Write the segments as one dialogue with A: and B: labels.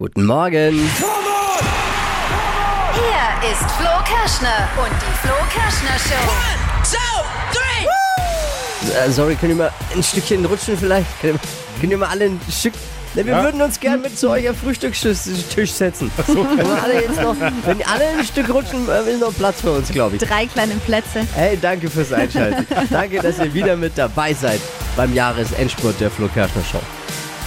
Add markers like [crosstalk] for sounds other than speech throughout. A: Guten Morgen.
B: Hier ist Flo Kerschner und die Flo Kerschner Show.
A: Äh, sorry, können wir mal ein Stückchen rutschen vielleicht? Können wir, können wir mal alle ein Stück... Ne, wir würden uns gern mit zu euch am Frühstückstisch setzen. Wenn, wir alle jetzt noch, wenn alle ein Stück rutschen, äh, ist noch Platz für uns, glaube ich.
B: Drei kleine Plätze.
A: Hey, danke fürs Einschalten. danke, dass ihr wieder mit dabei seid beim Jahresendspurt der Flo Kerschner Show.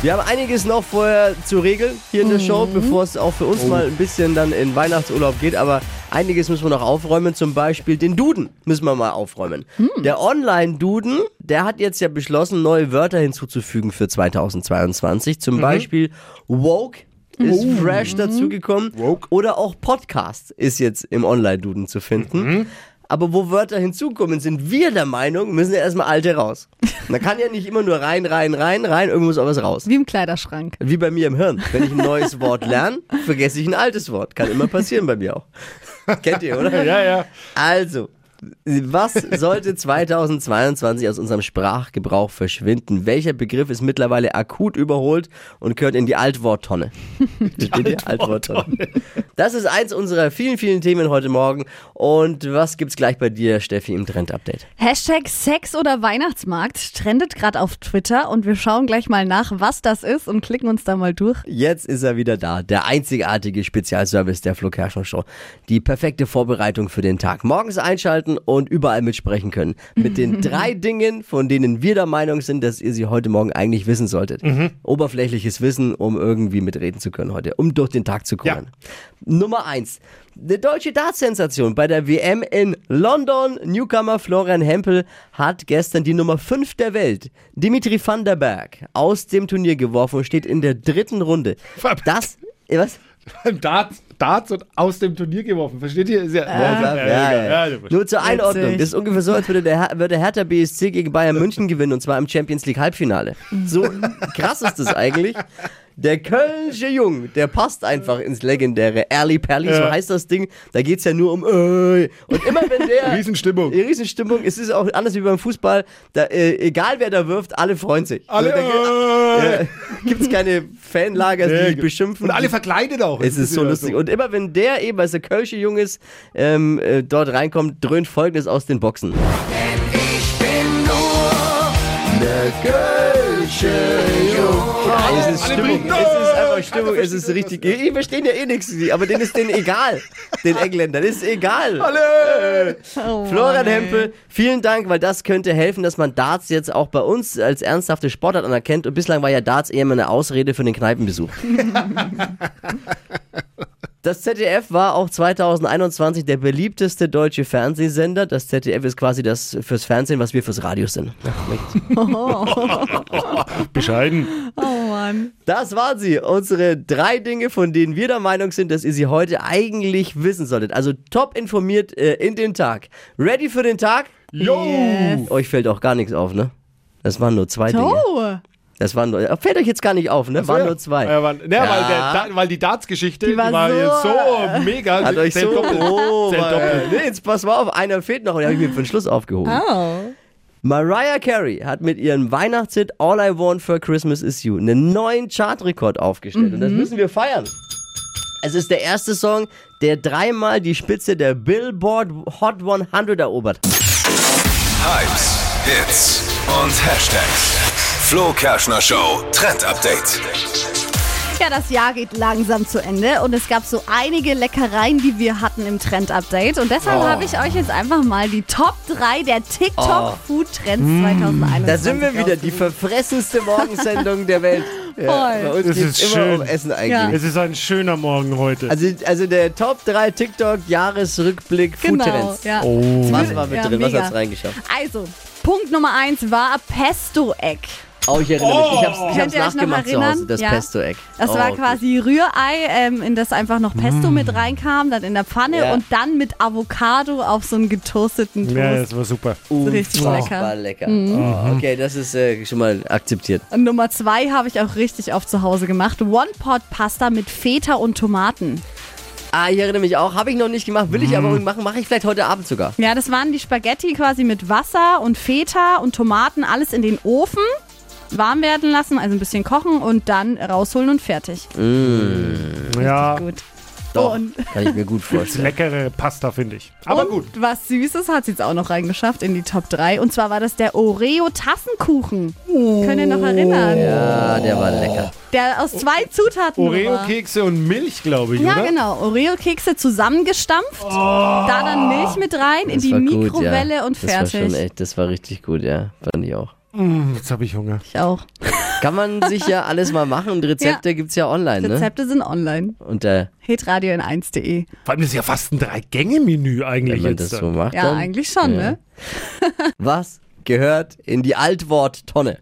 A: Wir haben einiges noch vorher zu regeln hier in der Show, bevor es auch für uns mal ein bisschen dann in Weihnachtsurlaub geht. Aber einiges müssen wir noch aufräumen. Zum Beispiel den Duden müssen wir mal aufräumen. Der Online-Duden, der hat jetzt ja beschlossen, neue Wörter hinzuzufügen für 2022. Zum Beispiel woke ist fresh dazugekommen.
C: Woke.
A: Oder auch Podcast ist jetzt im Online-Duden zu finden. Aber wo Wörter hinzukommen, sind wir der Meinung, müssen ja erstmal alte raus. Man kann ja nicht immer nur rein, rein, rein, rein, irgendwo muss auch was raus.
D: Wie im Kleiderschrank.
A: Wie bei mir im Hirn. Wenn ich ein neues Wort lerne, vergesse ich ein altes Wort. Kann immer passieren bei mir auch. Kennt ihr, oder?
C: Ja, ja.
A: Also, was sollte 2022 aus unserem Sprachgebrauch verschwinden? Welcher Begriff ist mittlerweile akut überholt und gehört in die Altworttonne? Die, Altworttonne. Das ist eins unserer vielen, vielen Themen heute Morgen. Und was gibt's gleich bei dir, Steffi, im Trend-Update?
D: Hashtag Sex oder Weihnachtsmarkt trendet gerade auf Twitter und wir schauen gleich mal nach, was das ist und klicken uns da mal durch.
A: Jetzt ist er wieder da, der einzigartige Spezialservice der Flo Kerschner Show. Die perfekte Vorbereitung für den Tag. Morgens einschalten und überall mitsprechen können. Mit den drei Dingen, von denen wir der Meinung sind, dass ihr sie heute Morgen eigentlich wissen solltet. Oberflächliches Wissen, um irgendwie mitreden zu können heute, um durch den Tag zu kommen. Nummer eins. Eine deutsche Dartsensation bei der WM in London. Newcomer Florian Hempel hat gestern die Nummer 5 der Welt, Dimitri van der Berg, aus dem Turnier geworfen und steht in der dritten Runde.
C: Ver-
A: Das, äh, was?
C: Beim [laughs] Darts, Darts und aus dem Turnier geworfen. Versteht ihr? Ist ja,
A: Ja, ja, ja.
C: ja, ja.
A: Nur zur Einordnung. Das ist ungefähr so, als würde, der, Her- würde Hertha BSC gegen Bayern München gewinnen und zwar im Champions League Halbfinale.
C: [laughs]
A: So krass ist das eigentlich. Der Kölnische Jung, der passt einfach ins legendäre Erli Perli, so
C: Ja.
A: heißt das Ding. Da geht's ja nur um äh. Und immer wenn
C: [laughs]
A: der.
C: Riesenstimmung.
A: Die Riesenstimmung, es ist auch anders wie beim Fußball. Da, äh, egal wer da wirft, alle freuen sich.
C: Alle,
A: Also, da,
C: äh,
A: äh, gibt's keine Fanlager, die
C: Nee.
A: dich beschimpfen.
C: Und alle verkleidet auch.
A: Es ist so
C: ja
A: lustig. Und immer wenn der eben, als der Kölsche Jung ist, ähm, äh, dort reinkommt, dröhnt folgendes aus den Boxen. Es ist
C: alle
A: Stimmung.
C: bringen-
A: Es ist einfach Stimmung. Es ist richtig. Die verstehen ja eh nichts, aber denen ist denen egal. Den Engländern ist egal.
C: Alle!
D: Oh,
A: Florian
D: ey.
A: Hempel, vielen Dank, weil das könnte helfen, dass man Darts jetzt auch bei uns als ernsthafte Sportart anerkennt. Und bislang war ja Darts eher immer eine Ausrede für den Kneipenbesuch. Das ZDF war auch 2021 der beliebteste deutsche Fernsehsender. Das ZDF ist quasi das fürs Fernsehen, was wir fürs Radio sind.
C: Bescheiden.
D: Oh Mann.
A: Das waren sie, unsere drei Dinge, von denen wir der Meinung sind, dass ihr sie heute eigentlich wissen solltet. Also top informiert äh, in den Tag. Ready für den Tag?
C: Jo!
D: Yes.
A: Euch fällt auch gar nichts auf, ne? Das waren nur zwei Dinge.
D: Oh,
A: Das waren nur, fällt euch jetzt gar nicht auf, ne? Waren
C: Ja.
A: nur zwei.
C: Ja, waren, ne, weil,
A: Ja.
C: der, Da- weil die Darts-Geschichte die
D: war
C: war
D: so-
C: jetzt so mega.
A: Hat euch so,
C: Doppel.
A: oh,
C: Zählt
A: Mann.
C: doppelt.
A: nee, jetzt pass mal auf, einer fehlt noch und den habe ich mir für den Schluss aufgehoben.
D: oh.
A: Mariah Carey hat mit ihrem Weihnachtshit All I Want for Christmas Is You einen neuen Chartrekord aufgestellt und das
D: Mhm.
A: müssen wir feiern. Es ist der erste Song, der dreimal die Spitze der Billboard Hot 100 erobert.
E: Hypes, Hits und Hashtags. Flo Kerschner Show Trend Update.
D: Ja, das Jahr geht langsam zu Ende und es gab so einige Leckereien, die wir hatten im Trend-Update. Und deshalb habe ich euch jetzt einfach mal die Top 3 der TikTok-Food-Trends 2021.
A: Da sind wir wieder, die
D: rausgesucht.
A: verfressenste Morgensendung der Welt.
D: [laughs] Voll.
A: bei uns
C: Das
A: geht's
C: ist
A: immer
C: schön.
A: um Essen eigentlich.
D: Ja.
C: Es ist ein schöner Morgen heute.
A: Also, also der Top 3 TikTok Jahresrückblick
D: Genau,
A: Foodtrends.
D: ja.
A: Was war mit
D: Ja,
A: drin? Was
D: mega.
A: hat's reingeschafft?
D: Also, Punkt Nummer eins war Pesto-Egg.
A: Oh, ich erinnere mich. Ich hab's, ich
D: Könnt
A: hab's
D: ihr euch noch
A: nachgemacht zu
D: erinnern?
A: Hause, das
D: Ja.
A: Pesto-Eck.
D: Das
A: oh,
D: war
A: gut.
D: quasi Rührei, ähm, in das einfach noch
C: Mm.
D: Pesto mit reinkam, dann in der Pfanne
A: Ja.
D: und dann mit Avocado auf so einen getoasteten Toast.
C: ja, das war super.
D: richtig
A: Unfassbar
D: lecker. Mhm.
A: lecker. Oh, okay, das ist äh, schon mal akzeptiert.
D: Und Nummer zwei habe ich auch richtig oft zu Hause gemacht. One-Pot-Pasta mit Feta und Tomaten.
A: Ah, ich erinnere mich auch. Habe ich noch nicht gemacht.
D: Mhm.
A: Will ich aber machen. Mache ich vielleicht heute Abend sogar.
D: Ja, das waren die Spaghetti quasi mit Wasser und Feta und Tomaten, alles in den Ofen. warm werden lassen, also ein bisschen kochen und dann rausholen und fertig.
F: Ja,
D: Gut.
A: Doch,
D: Und-
A: kann ich mir
D: [laughs]
A: gut
F: gibt's
A: vorstellen.
F: leckere Pasta, finde ich. Aber
D: und
F: gut.
D: was Süßes hat sie jetzt auch noch reingeschafft in die Top 3. Und zwar war das der Oreo-Tassenkuchen. Könnt ihr noch erinnern?
A: Ah, der war lecker.
F: Oh.
D: Der aus zwei Zutaten nur war.
F: Oreo-Kekse und Milch, glaube ich,
D: Ja,
F: oder? Oh.
D: genau. Oreo-Kekse zusammengestampft, da dann Milch mit rein, in
A: Das
D: die
A: war gut,
D: Mikrowelle
A: ja.
D: und
A: Das war schon
D: fertig.
A: echt, das war richtig gut, ja. Fand ich auch.
F: Jetzt habe ich Hunger.
D: Ich auch.
A: Kann man sich ja alles mal machen und Rezepte gibt's ja online, ne? äh,
D: Rezepte sind online.
A: Unter,
D: Hitradio in 1.de.
F: Vor allem das ist ja fast ein Drei-Gänge-Menü
A: wenn
F: eigentlich
A: man das
F: jetzt.
A: so macht.
D: Ja,
A: dann,
D: eigentlich schon,
A: Ja.
D: ne?
A: Was gehört in die
D: [laughs]
A: Altworttonne?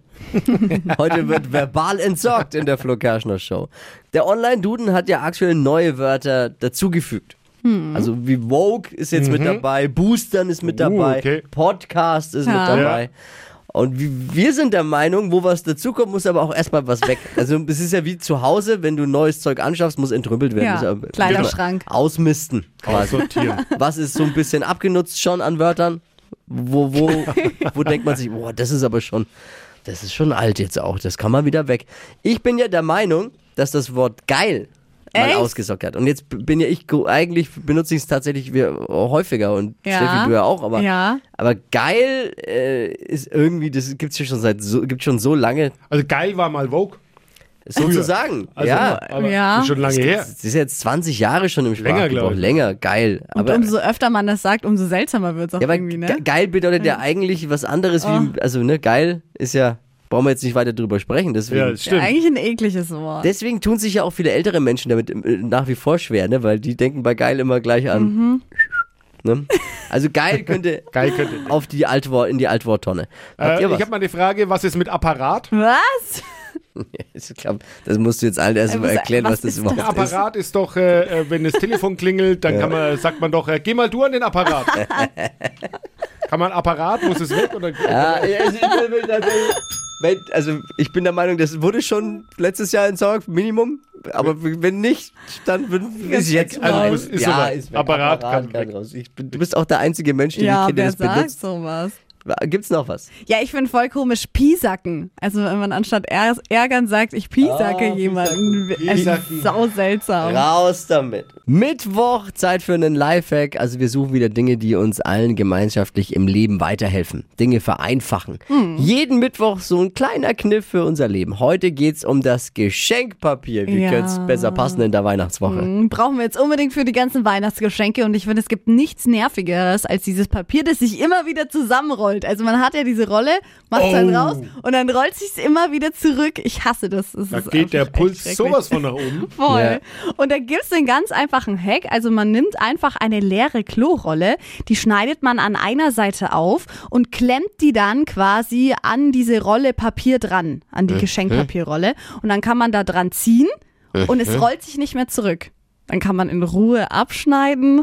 A: Heute wird verbal entsorgt in der Flo Kerschner Show. Der Online-Duden hat ja aktuell neue Wörter dazugefügt.
D: Hm.
A: Also wie Vogue ist jetzt
D: Mhm.
A: mit dabei, Boostern ist mit
F: Uh,
A: dabei,
F: okay.
A: Podcast ist
D: Ja.
A: mit dabei. Und wie- wir sind der Meinung, wo was dazukommt, muss aber auch erstmal was
D: [laughs]
A: weg. Also es ist ja wie zu Hause, wenn du neues Zeug anschaffst, muss entrümpelt werden.
D: Ja,
A: Muss aber-
D: Kleiderschrank.
A: Ausmisten quasi.
F: Sortieren.
A: Was ist so ein bisschen abgenutzt schon an Wörtern? Wo, wo,
D: [laughs]
A: wo denkt man sich, boah, das ist aber schon, das ist schon alt jetzt auch, das kann man wieder weg. Ich bin ja der Meinung, dass das Wort geil mal
D: Echt?
A: ausgesockt hat. Und jetzt bin ja ich, go- eigentlich benutze ich es tatsächlich wieder häufiger und
D: Ja.
A: Steffi, du ja auch, aber,
D: Ja.
A: aber geil äh, ist irgendwie, das gibt's ja schon seit so, gibt's schon so lange,
F: Also geil war mal Vogue.
A: sozusagen.
F: Also,
A: ja.
F: aber
D: Ja.
F: schon lange her.
A: Das ist jetzt 20 Jahre schon im
F: Länger,
A: Sprachgebrauch.
F: glaub ich.
A: Länger, geil.
D: Und
A: aber
D: umso öfter man das sagt, umso seltsamer wird es auch
A: Ja, aber
D: irgendwie,
A: ge-
D: ne?
A: geil bedeutet ja eigentlich was anderes wie, also ne, geil ist ja, brauchen wir jetzt nicht weiter drüber sprechen. Deswegen,
F: Ja, das
D: Ja,
F: stimmt.
D: eigentlich ein ekliges Wort.
A: deswegen tun sich ja auch viele ältere Menschen damit äh, nach wie vor schwer, ne, weil die denken bei geil immer gleich an. Ne? Also geil könnte
F: Geil könnte.
A: auf die Altwort, in die Altworttonne. Habt
F: Äh,
A: ihr
F: ich
A: was?
F: habe mal eine Frage, was ist mit Apparat?
D: Was?
A: [laughs] Ich glaub, das musst du jetzt allen erst
D: Äh,
A: mal
D: was-
A: erklären, was,
D: was
A: das
D: ist
A: überhaupt
D: das?
A: ist.
F: Apparat ist doch, äh, äh, wenn das Telefon klingelt, dann kann man, sagt man doch, äh, geh mal du an den Apparat. kann man Apparat, muss es weg? Oder?
A: Ja, ja, also, wenn, also ich bin der Meinung, das wurde schon letztes Jahr entsorgt, Minimum. Aber wenn nicht, dann wird- ist jetzt
F: Also, es ist
A: ja,
F: soweit.
A: ist weg.
F: Apparat kann weg.
A: raus. Ich bin, du bist auch der einzige Mensch, den
D: Ja,
A: ich kenne,
D: wer
A: der das
D: sagt
A: benutzt.
D: sowas?
A: Gibt's noch was?
D: Ja, ich finde voll komisch Piesacken. Also wenn man anstatt är- ärgern sagt, ich piesacke jemanden. Es
F: Ah, Piesacken.
D: ist sau seltsam.
A: Raus damit. Mittwoch, Zeit für einen Lifehack. Also wir suchen wieder Dinge, die uns allen gemeinschaftlich im Leben weiterhelfen. Dinge vereinfachen.
D: Hm.
A: Jeden Mittwoch so ein kleiner Kniff für unser Leben. Heute geht's um das Geschenkpapier. Wie
D: Ja. Hm.
A: könnte es besser passen in der Weihnachtswoche?
D: Brauchen wir jetzt unbedingt für die ganzen Weihnachtsgeschenke und ich finde, es gibt nichts Nervigeres als dieses Papier, das sich immer wieder zusammenrollt. Also man hat ja diese Rolle, macht es
F: Oh.
D: dann raus und dann rollt sich's immer wieder zurück. Ich hasse das. Es
F: Da
D: ist
F: geht der
D: einfach echt
F: Puls
D: schrecklich.
F: sowas von nach oben.
D: Voll.
A: Ja.
D: Und da gibt's den ganz einfachen Hack. Also man nimmt einfach eine leere Klorolle, die schneidet man an einer Seite auf und klemmt die dann quasi an diese Rolle Papier dran, an die Geschenkpapierrolle. Und dann kann man da dran ziehen und es rollt sich nicht mehr zurück. Dann kann man in Ruhe abschneiden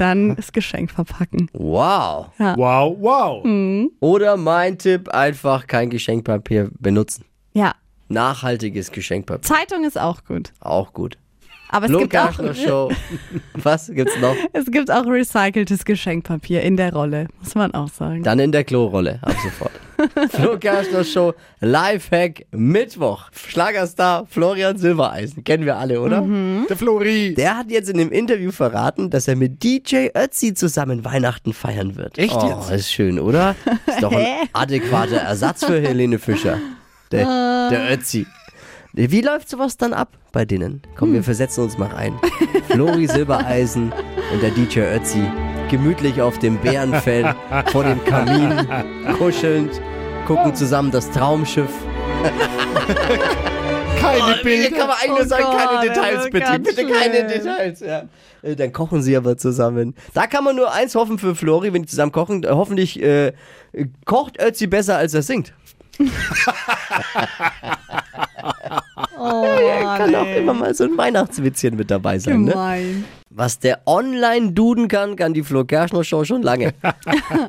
A: [laughs]
D: dann das Geschenk verpacken.
A: Wow.
F: Wow, wow.
D: Mhm.
A: Oder mein Tipp, einfach kein Geschenkpapier benutzen.
D: Ja,
A: Nachhaltiges Geschenkpapier,
D: Zeitung ist auch gut.
A: auch gut.
D: Aber es
A: Flo
D: gibt, auch,
A: Kerschner Show. Was gibt's noch?
D: [laughs] es gibt auch recyceltes Geschenkpapier in der Rolle, muss man auch sagen.
A: Dann in der Klorolle, ab sofort. [laughs] Flo Kerschner Show, Lifehack, Mittwoch. Schlagerstar Florian Silbereisen, kennen wir alle, oder?
F: Der Flori.
A: Der hat jetzt in dem Interview verraten, dass er mit DJ Ötzi zusammen Weihnachten feiern wird. Echt oh, jetzt? ist schön, oder? Ist [laughs] doch ein adäquater Ersatz für Helene Fischer. Der, der Ötzi. Wie läuft sowas dann ab bei denen? Komm, wir versetzen uns mal rein. Flori Silbereisen und der DJ Ötzi gemütlich auf dem Bärenfell vor dem Kamin, kuschelnd,
D: Oh.
A: gucken zusammen das
D: [laughs]
A: Traumschiff.
F: Keine
A: Oh, Hier kann
F: Bilder.
A: man eigentlich nur
D: Oh
A: sagen,
D: Gott,
A: keine
D: das
A: Details
D: ist
A: bitte,
D: ganz
A: bitte keine
D: schlimm.
A: Details. Ja. Äh, Dann kochen sie aber zusammen. Da kann man nur eins hoffen für Flori, wenn die zusammen kochen. äh, Hoffentlich äh, kocht Ötzi besser, als er singt.
D: Oh, Ah,
A: Kann auch immer mal so ein Weihnachtswitzchen mit dabei sein. Ne?
D: Gemein.
A: Was der Online-Duden kann, kann die Flo Kerschner Show schon lange.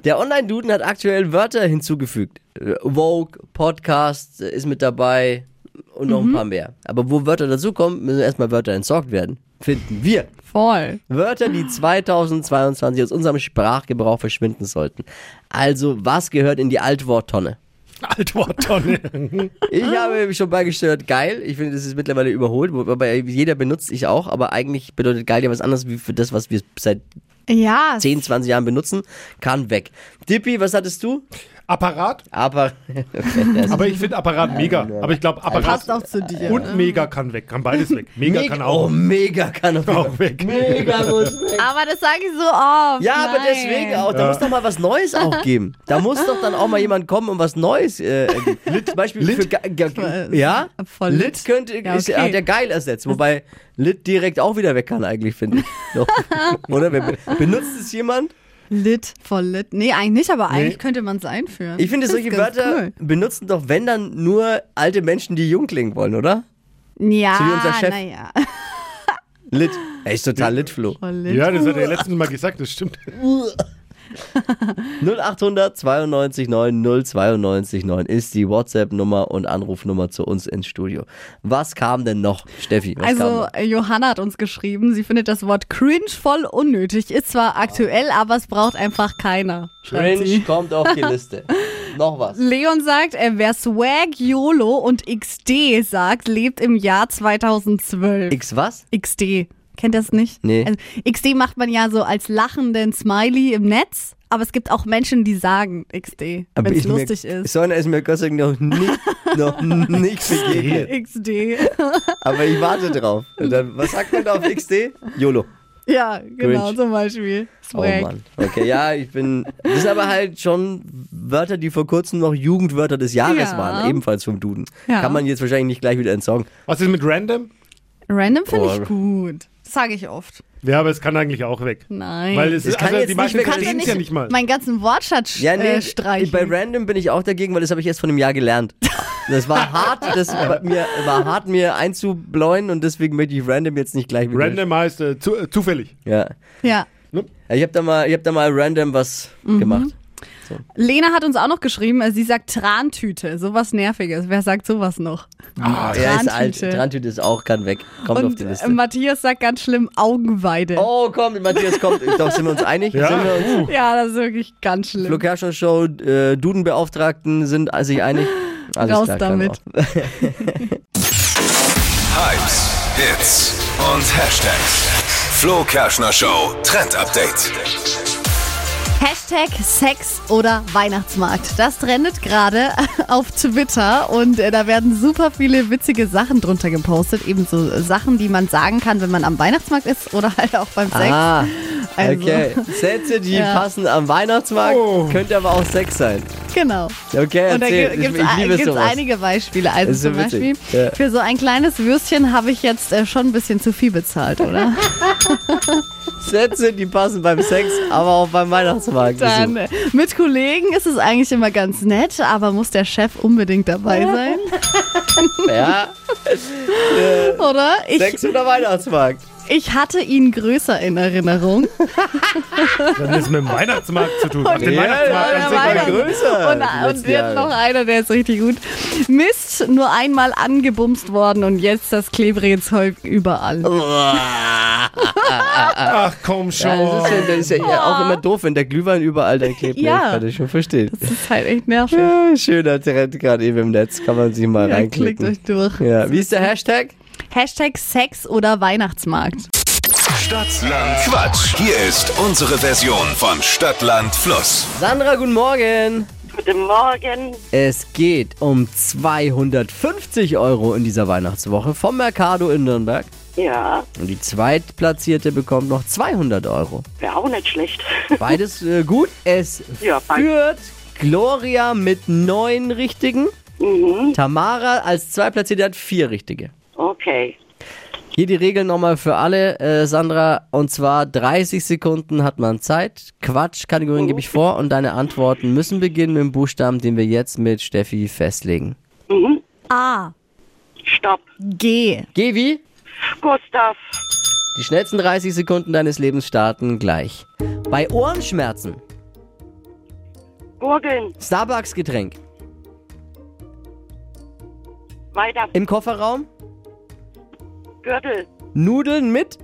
A: der Online-Duden hat aktuell Wörter hinzugefügt. Äh, Vogue, Podcast äh, ist mit dabei und noch ein paar mehr. Aber wo Wörter dazukommen, müssen erstmal Wörter entsorgt werden. Finden wir.
D: Voll.
A: Wörter, die 2022 aus unserem Sprachgebrauch verschwinden sollten. Also, was gehört in die Altworttonne?
F: [laughs] Altworttonne.
A: Ich habe mich schon beigesteuert, geil. Ich finde, das ist mittlerweile überholt. Wobei jeder benutzt, ich auch. Aber eigentlich bedeutet geil ja was anderes wie für das, was wir seit
D: Ja.
A: 10, 20 Jahren benutzen. Kann weg. Dippi, was hattest du?
F: Apparat,
A: Aber.
F: [laughs]
A: [laughs]
F: aber ich finde Apparat mega. Aber ich glaube,
D: Passt
F: Apparat
D: auch zu dir.
F: und mega kann weg. Kann beides weg. Mega kann auch,
A: Oh, mega kann auch.
F: auch weg.
A: Mega muss weg.
D: Aber das sage ich so oft.
A: Ja, aber
D: Nein.
A: deswegen auch. Da muss doch mal was Neues auch geben. Da muss doch dann auch mal jemand kommen und was Neues. Äh, Lit, zum Beispiel Lit. Für, ge- ge- ja?
D: Voll
A: Lit,
D: lit.
A: könnte,
D: Ja,
A: ist,
D: okay.
A: hat ja geil ersetzt. Wobei Lit direkt auch wieder weg kann, eigentlich,
D: [laughs]
A: finde ich. Doch. Oder? Wer be- Benutzt es jemand?
D: Lit, voll lit. Nee, eigentlich nicht, aber
F: Nee.
D: eigentlich könnte man es einführen.
A: Ich finde,
D: Das ist
A: solche
D: ganz
A: Wörter
D: cool.
A: benutzen doch, wenn dann, nur alte Menschen, die jung klingen wollen, oder?
D: Ja,
A: So wie unser Chef.
D: [laughs] naja.
A: Lit. Ey, ist total lit, Flo.
D: Voll lit.
F: Ja, das hat er letztens Mal gesagt, das stimmt.
A: 0800 92 9 092 9 ist die WhatsApp-Nummer und Anrufnummer zu uns ins Studio. Was kam denn noch, Steffi? Was kam
D: Also
A: noch?
D: äh, Johanna hat uns geschrieben, sie findet das Wort cringe voll unnötig. Ist zwar aktuell, aber es braucht einfach keiner. schreibt
A: Cringe
D: sie.
A: kommt auf die Liste. noch was.
D: Leon sagt, äh, wer Swag, YOLO und XD sagt, lebt im Jahr 2012.
A: X was?
D: XD. Kennt das nicht?
A: Nee.
D: Also, XD macht man ja so als lachenden Smiley im Netz, aber es gibt auch Menschen, die sagen XD, wenn es lustig
A: mir,
D: ist.
A: So einer ist mir Gott sei Dank noch nicht,
D: [laughs]
A: noch nicht begegnet.
D: XD.
A: Aber ich warte drauf. Und dann, was sagt man da auf XD? YOLO.
D: ja, genau,
A: Cringe.
D: zum Beispiel.
A: Oh
D: Swag.
A: Mann. Okay, ja, ich bin. Das sind aber halt schon Wörter, die vor kurzem noch Jugendwörter des Jahres
D: Ja.
A: waren. Ebenfalls vom Duden.
D: Ja.
A: Kann man jetzt wahrscheinlich nicht gleich wieder entsorgen.
F: Was ist mit Random?
D: Random finde
A: Oh.
D: ich gut. Das sage ich oft.
F: Ja, aber es kann eigentlich auch weg.
D: Nein.
F: Weil es
A: Das
F: ist,
A: kann
F: also
A: jetzt
F: die
A: nicht
F: meisten
A: weg. Kannst du
F: verstehen es ja nicht mal.
D: Mein ganzen Wortschatz
A: Ja, nee,
D: äh, streichen.
A: bei Random bin ich auch dagegen, weil das habe ich erst von einem Jahr gelernt. Das
D: [laughs]
A: war hart, das war, mir, war hart mir einzubläuen und deswegen möchte ich Random jetzt nicht gleich wieder.
F: Random heißt äh, zu, äh, zufällig.
A: Ja.
D: ja.
A: Ich habe da mal, ich habe da mal random was
D: Mhm.
A: gemacht.
D: Lena hat uns auch noch geschrieben, äh, sie sagt Trantüte, sowas Nerviges. Wer sagt sowas noch?
A: Ah, ja, ist alt.
D: Trantüte.
A: Trantüte ist auch kann weg. Kommt auf
D: Und
A: die
D: äh,
A: Liste.
D: Matthias sagt ganz schlimm Augenweide.
A: oh, komm, Matthias kommt. Ich glaube, sind wir uns einig?
F: Ja.
A: Sind wir uns
D: Ja, das ist wirklich ganz schlimm.
A: Flo Kerschner Show, äh, Dudenbeauftragten sind sich einig. Alles
D: Raus
A: klar, kann
D: damit. [laughs]
A: auch.
E: Hypes, Hits und Hashtags. Flo Kerschner Show Trend Update.
D: Hashtag Sex oder Weihnachtsmarkt. Das trendet gerade [laughs] auf Twitter und äh, da werden super viele witzige Sachen drunter gepostet. Ebenso Sachen, die man sagen kann, wenn man am Weihnachtsmarkt ist oder halt auch beim Sex.
A: Ah,
D: Also.
A: okay. Sätze, die
D: Ja.
A: passen am Weihnachtsmarkt,
F: Oh.
A: könnte aber auch Sex sein.
D: Genau.
A: Okay,
D: Und da
A: erzähl.
D: gibt
A: ich, ich liebe
D: es
A: sowas.
D: einige Beispiele. Also
A: Das ist
D: zum
A: so
D: Beispiel,
A: witzig. Ja.
D: für so ein kleines Würstchen habe ich jetzt äh, schon ein bisschen zu viel
A: [laughs]
D: bezahlt, oder?
A: Sätze, die passen beim Sex, aber auch beim Weihnachtsmarkt.
D: Dann äh, mit Kollegen ist es eigentlich immer ganz nett, aber muss der Chef unbedingt dabei sein,
A: Ja,
D: oder? Ich,
A: Sex oder Weihnachtsmarkt.
D: ich hatte ihn größer in Erinnerung.
F: Dann ist mit dem Weihnachtsmarkt zu tun. Ach, den
A: Ja,
F: Weihnachtsmarkt
A: ja,
F: an
A: der
F: sich war
A: Weihnachts-
F: größer.
A: größer
D: Und, äh,
A: die letzten
D: und jetzt
A: Jahre.
D: noch einer, der ist richtig gut. Mist, nur einmal angebumst worden und jetzt das klebrige Zeug überall.
A: Oh.
F: Ach komm schon.
A: Ah. Ja, das ist ja, das ist ja auch immer doof, wenn der Glühwein überall dann klebt. ne?
D: Ja.
A: Kann ich schon verstehen.
D: Das ist halt echt nervig.
A: Ja, schöner Trend gerade eben im Netz. Kann man sich mal
D: Ja, klickt
A: reinklicken.
D: euch durch.
A: Ja, wie ist der Hashtag?
D: Hashtag Sex oder Weihnachtsmarkt.
E: Stadtland Quatsch. Hier ist unsere Version von Stadtland Fluss.
A: Sandra, guten Morgen.
G: Guten Morgen.
A: Es geht um 250 Euro in dieser Weihnachtswoche vom Mercado in Nürnberg.
G: Ja,
A: Und die Zweitplatzierte bekommt noch 200 Euro.
G: wäre auch nicht schlecht. [laughs]
A: Beides äh, gut. Es
G: Ja, fein.
A: führt Gloria mit neun Richtigen. Tamara als Zweitplatzierte hat vier Richtige.
G: Okay.
A: Hier die Regeln nochmal für alle, äh, Sandra. Und zwar 30 Sekunden hat man Zeit. Quatsch-Kategorien gebe ich vor und deine Antworten müssen beginnen mit dem Buchstaben, den wir jetzt mit Steffi festlegen.
D: A.
G: Stopp.
D: G.
A: Geh wie?
G: Gustav.
A: Die schnellsten 30 Sekunden deines Lebens starten gleich. Bei Ohrenschmerzen,
G: Gurgeln.
A: Starbucks-Getränk,
G: Weiter.
A: im Kofferraum,
G: Gürtel.
A: Nudeln mit,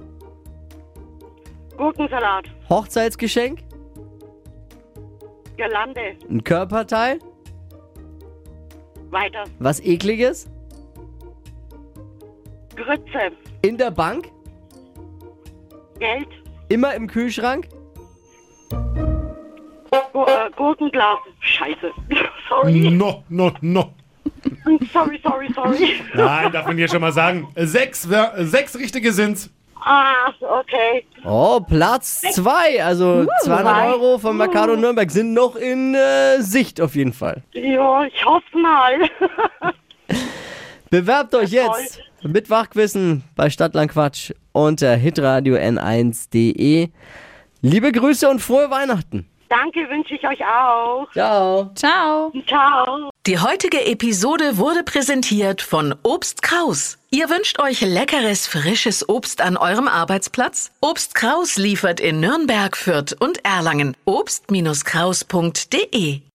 G: Gurkensalat.
A: Hochzeitsgeschenk,
G: Girlande.
A: ein Körperteil,
G: Weiter.
A: Was ekliges?
G: Grütze.
A: In der Bank?
G: Geld.
A: Immer im Kühlschrank?
G: Gu- äh, Gurkenglas. Scheiße. [laughs] Sorry.
F: No, no, no.
G: Sorry, sorry, sorry.
F: Nein, darf man hier schon mal sagen. Sechs, Wör- äh, sechs richtige sind's.
G: Ah, okay.
A: Oh, Platz zwei. Also 200 Euro von Mercado Nürnberg sind noch in äh, Sicht auf jeden Fall.
G: Ja, ich hoffe mal. [laughs]
A: Bewerbt euch jetzt mit Wachquissen bei Stadtland Quatsch unter hitradio n1.de. Liebe Grüße und frohe Weihnachten.
G: Danke wünsche ich euch auch.
A: Ciao.
D: Ciao.
G: Ciao.
H: Die heutige Episode wurde präsentiert von Obst Kraus. Ihr wünscht euch leckeres, frisches Obst an eurem Arbeitsplatz? Obst Kraus liefert in Nürnberg, Fürth und Erlangen. Obst-Kraus.de